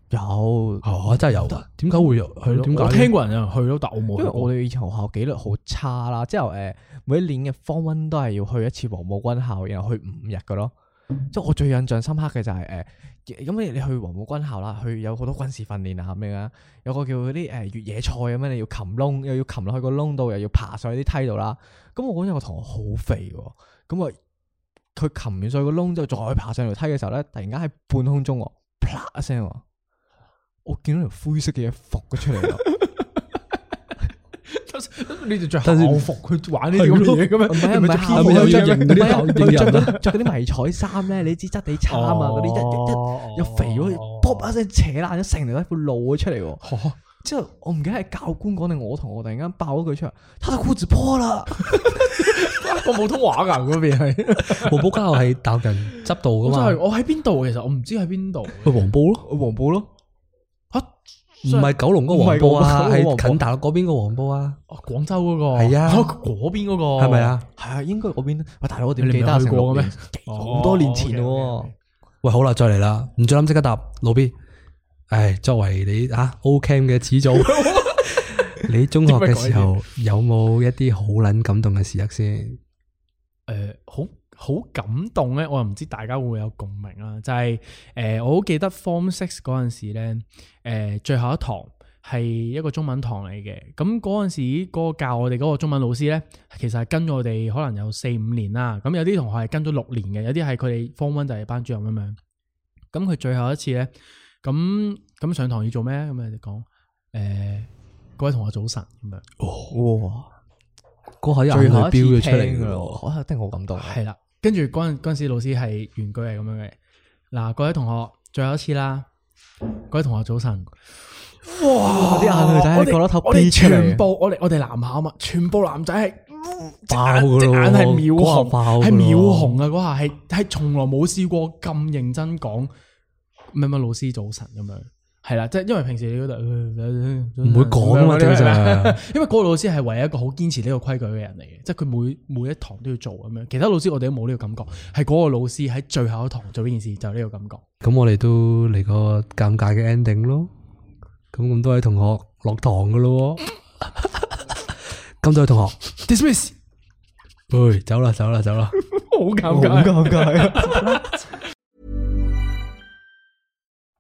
Speaker 1: 有。
Speaker 2: 哦，真係有㗎，點解會有？
Speaker 3: 係
Speaker 2: 係
Speaker 3: 咯
Speaker 2: 點解
Speaker 3: 我
Speaker 2: 呢？
Speaker 3: 聽過人有人去咯，但我冇去
Speaker 1: 因為
Speaker 3: 過。
Speaker 1: 我哋以前學校紀律好差啦，之後誒、呃每一年嘅 form one 都係要去一次黃埔軍校，然後去五日嘅咯。即係我最印象深刻嘅就係、誒，咁、你你去黃埔軍校啦，去有好多軍事訓練啊咁樣啊，有個叫嗰啲誒越野賽咁樣，你要擒窿，又要擒落去個窿度，又要爬上去啲梯度啦。咁我嗰陣有個同學好肥喎，咁我佢擒完上去個窿之後，再爬上條梯嘅時候咧，突然間喺半空中喎，啪一聲喎，我見到條灰色嘅嘢浮咗出嚟喎。
Speaker 3: 你哋着
Speaker 2: 但是
Speaker 3: 校服去玩呢啲咁嘅嘢嘅咩？
Speaker 1: 唔係
Speaker 3: 你
Speaker 1: 唔
Speaker 3: 咪
Speaker 1: 係
Speaker 3: 着
Speaker 1: 校
Speaker 2: 係咪有
Speaker 1: 服
Speaker 3: 編
Speaker 2: 着
Speaker 3: 號
Speaker 1: 嘅
Speaker 3: 嘅
Speaker 2: 型
Speaker 3: 咩
Speaker 1: 唔係佢
Speaker 2: 嗰啲校型人
Speaker 1: 着着嗰啲迷彩衫咧，你知質地衫啊，嗰啲一一一
Speaker 3: 哦
Speaker 1: 又肥咗，卜一聲扯爛咗，成條底褲露咗出嚟喎。
Speaker 3: 嚇
Speaker 1: 之後我唔記得係教官講定我同學突然間爆咗句出嚟，他的褲子破啦。
Speaker 3: 我普通話㗎嗰
Speaker 2: 哦
Speaker 3: 邊係，
Speaker 2: 黃埔街校係大陸人執到噶
Speaker 3: 我真係
Speaker 2: 嘛？
Speaker 3: 我喺邊度？啊其實我唔知喺邊度。
Speaker 2: 去黃埔咯，
Speaker 1: 黃埔咯，
Speaker 3: 嚇，
Speaker 2: 唔係九龍嗰個黃埔啊，
Speaker 1: 唔係黃埔
Speaker 2: 係近大陸嗰邊個黃埔啊，
Speaker 3: 哦廣州嗰個
Speaker 2: 係啊
Speaker 3: 嚇嗰邊嗰個
Speaker 2: 係咪？啊？
Speaker 1: 係啊，應該嗰邊。喂，大佬我
Speaker 3: 你
Speaker 1: 點
Speaker 3: 唔
Speaker 1: 記得
Speaker 3: 係
Speaker 1: 啊
Speaker 3: 去
Speaker 1: 成
Speaker 3: 過
Speaker 1: 過
Speaker 3: 嘅
Speaker 1: 嘅
Speaker 3: 咩
Speaker 1: 咩？？
Speaker 3: 哦
Speaker 1: 好多年前喎
Speaker 3: OK，OK，OK
Speaker 2: 喂，好啦，再嚟啦，唔准諗即刻答，老 B。唉，作為你啊 O Cam 嘅始 祖，你中學嘅時候有冇一啲好撚感動嘅時刻先？
Speaker 3: 誒好好感動咧，我又唔知大家會唔會有共鳴啦。就係、诶我好記得 Form Six 嗰陣時咧，誒、最後一堂係一個中文堂嚟嘅。咁嗰陣時嗰個教我哋嗰個中文老師咧，其實係跟咗我哋可能有四五年啦。咁有啲同學係跟咗六年嘅，有啲係佢哋 Form One 就係班主任咁樣。咁佢最後一次咧，咁咁上堂要做咩咧？咁佢哋講誒，各位同學早晨咁樣。
Speaker 1: 哇！
Speaker 2: 嗰下一
Speaker 1: 最
Speaker 2: 眼
Speaker 1: 後
Speaker 2: 淚
Speaker 1: 一次
Speaker 2: 飆咗出嚟
Speaker 1: 聽
Speaker 2: 㗎
Speaker 1: 噶
Speaker 2: 咯，
Speaker 1: 咯，一定好感動。
Speaker 3: 系啦，跟住嗰陣嗰阵时老師係原句係咁樣嘅，嗱，各位同學最後一次啦，各位同學早晨。哇！
Speaker 1: 啲眼淚啊仔喺角落頭
Speaker 3: 哦我哋
Speaker 1: 飆出嚟啊
Speaker 3: 全部我哋我哋男校啊嘛，全部男仔係隻
Speaker 2: 爆
Speaker 3: 眼
Speaker 2: 㗎
Speaker 3: 隻眼係
Speaker 2: 咯
Speaker 3: 秒
Speaker 2: 嗰下
Speaker 3: 紅，
Speaker 2: 爆
Speaker 3: 係
Speaker 2: 㗎
Speaker 3: 秒
Speaker 2: 咯
Speaker 3: 紅啊！嗰下係係從來冇試過咁認真講乜乜老師早晨咁樣。係啦，即係因為平時你嗰度
Speaker 2: 唔會講啊嘛
Speaker 3: 咁樣
Speaker 2: 正常
Speaker 3: 呃 因為嗰個老師係唯一一個好堅持呢個規矩嘅人嚟嘅，即係佢每每一堂都要做咁樣。其他老師我哋都冇呢個感覺，係嗰個老師喺最後一堂做呢件事就呢個感覺。
Speaker 2: 咁我哋都嚟個尷尬嘅 ending 咯。咁咁多位同學落堂噶咯喎，咁多位同學 dismiss，喂，走啦走啦走啦。
Speaker 3: 好尷
Speaker 1: 好
Speaker 3: 尬。
Speaker 1: 尷尬。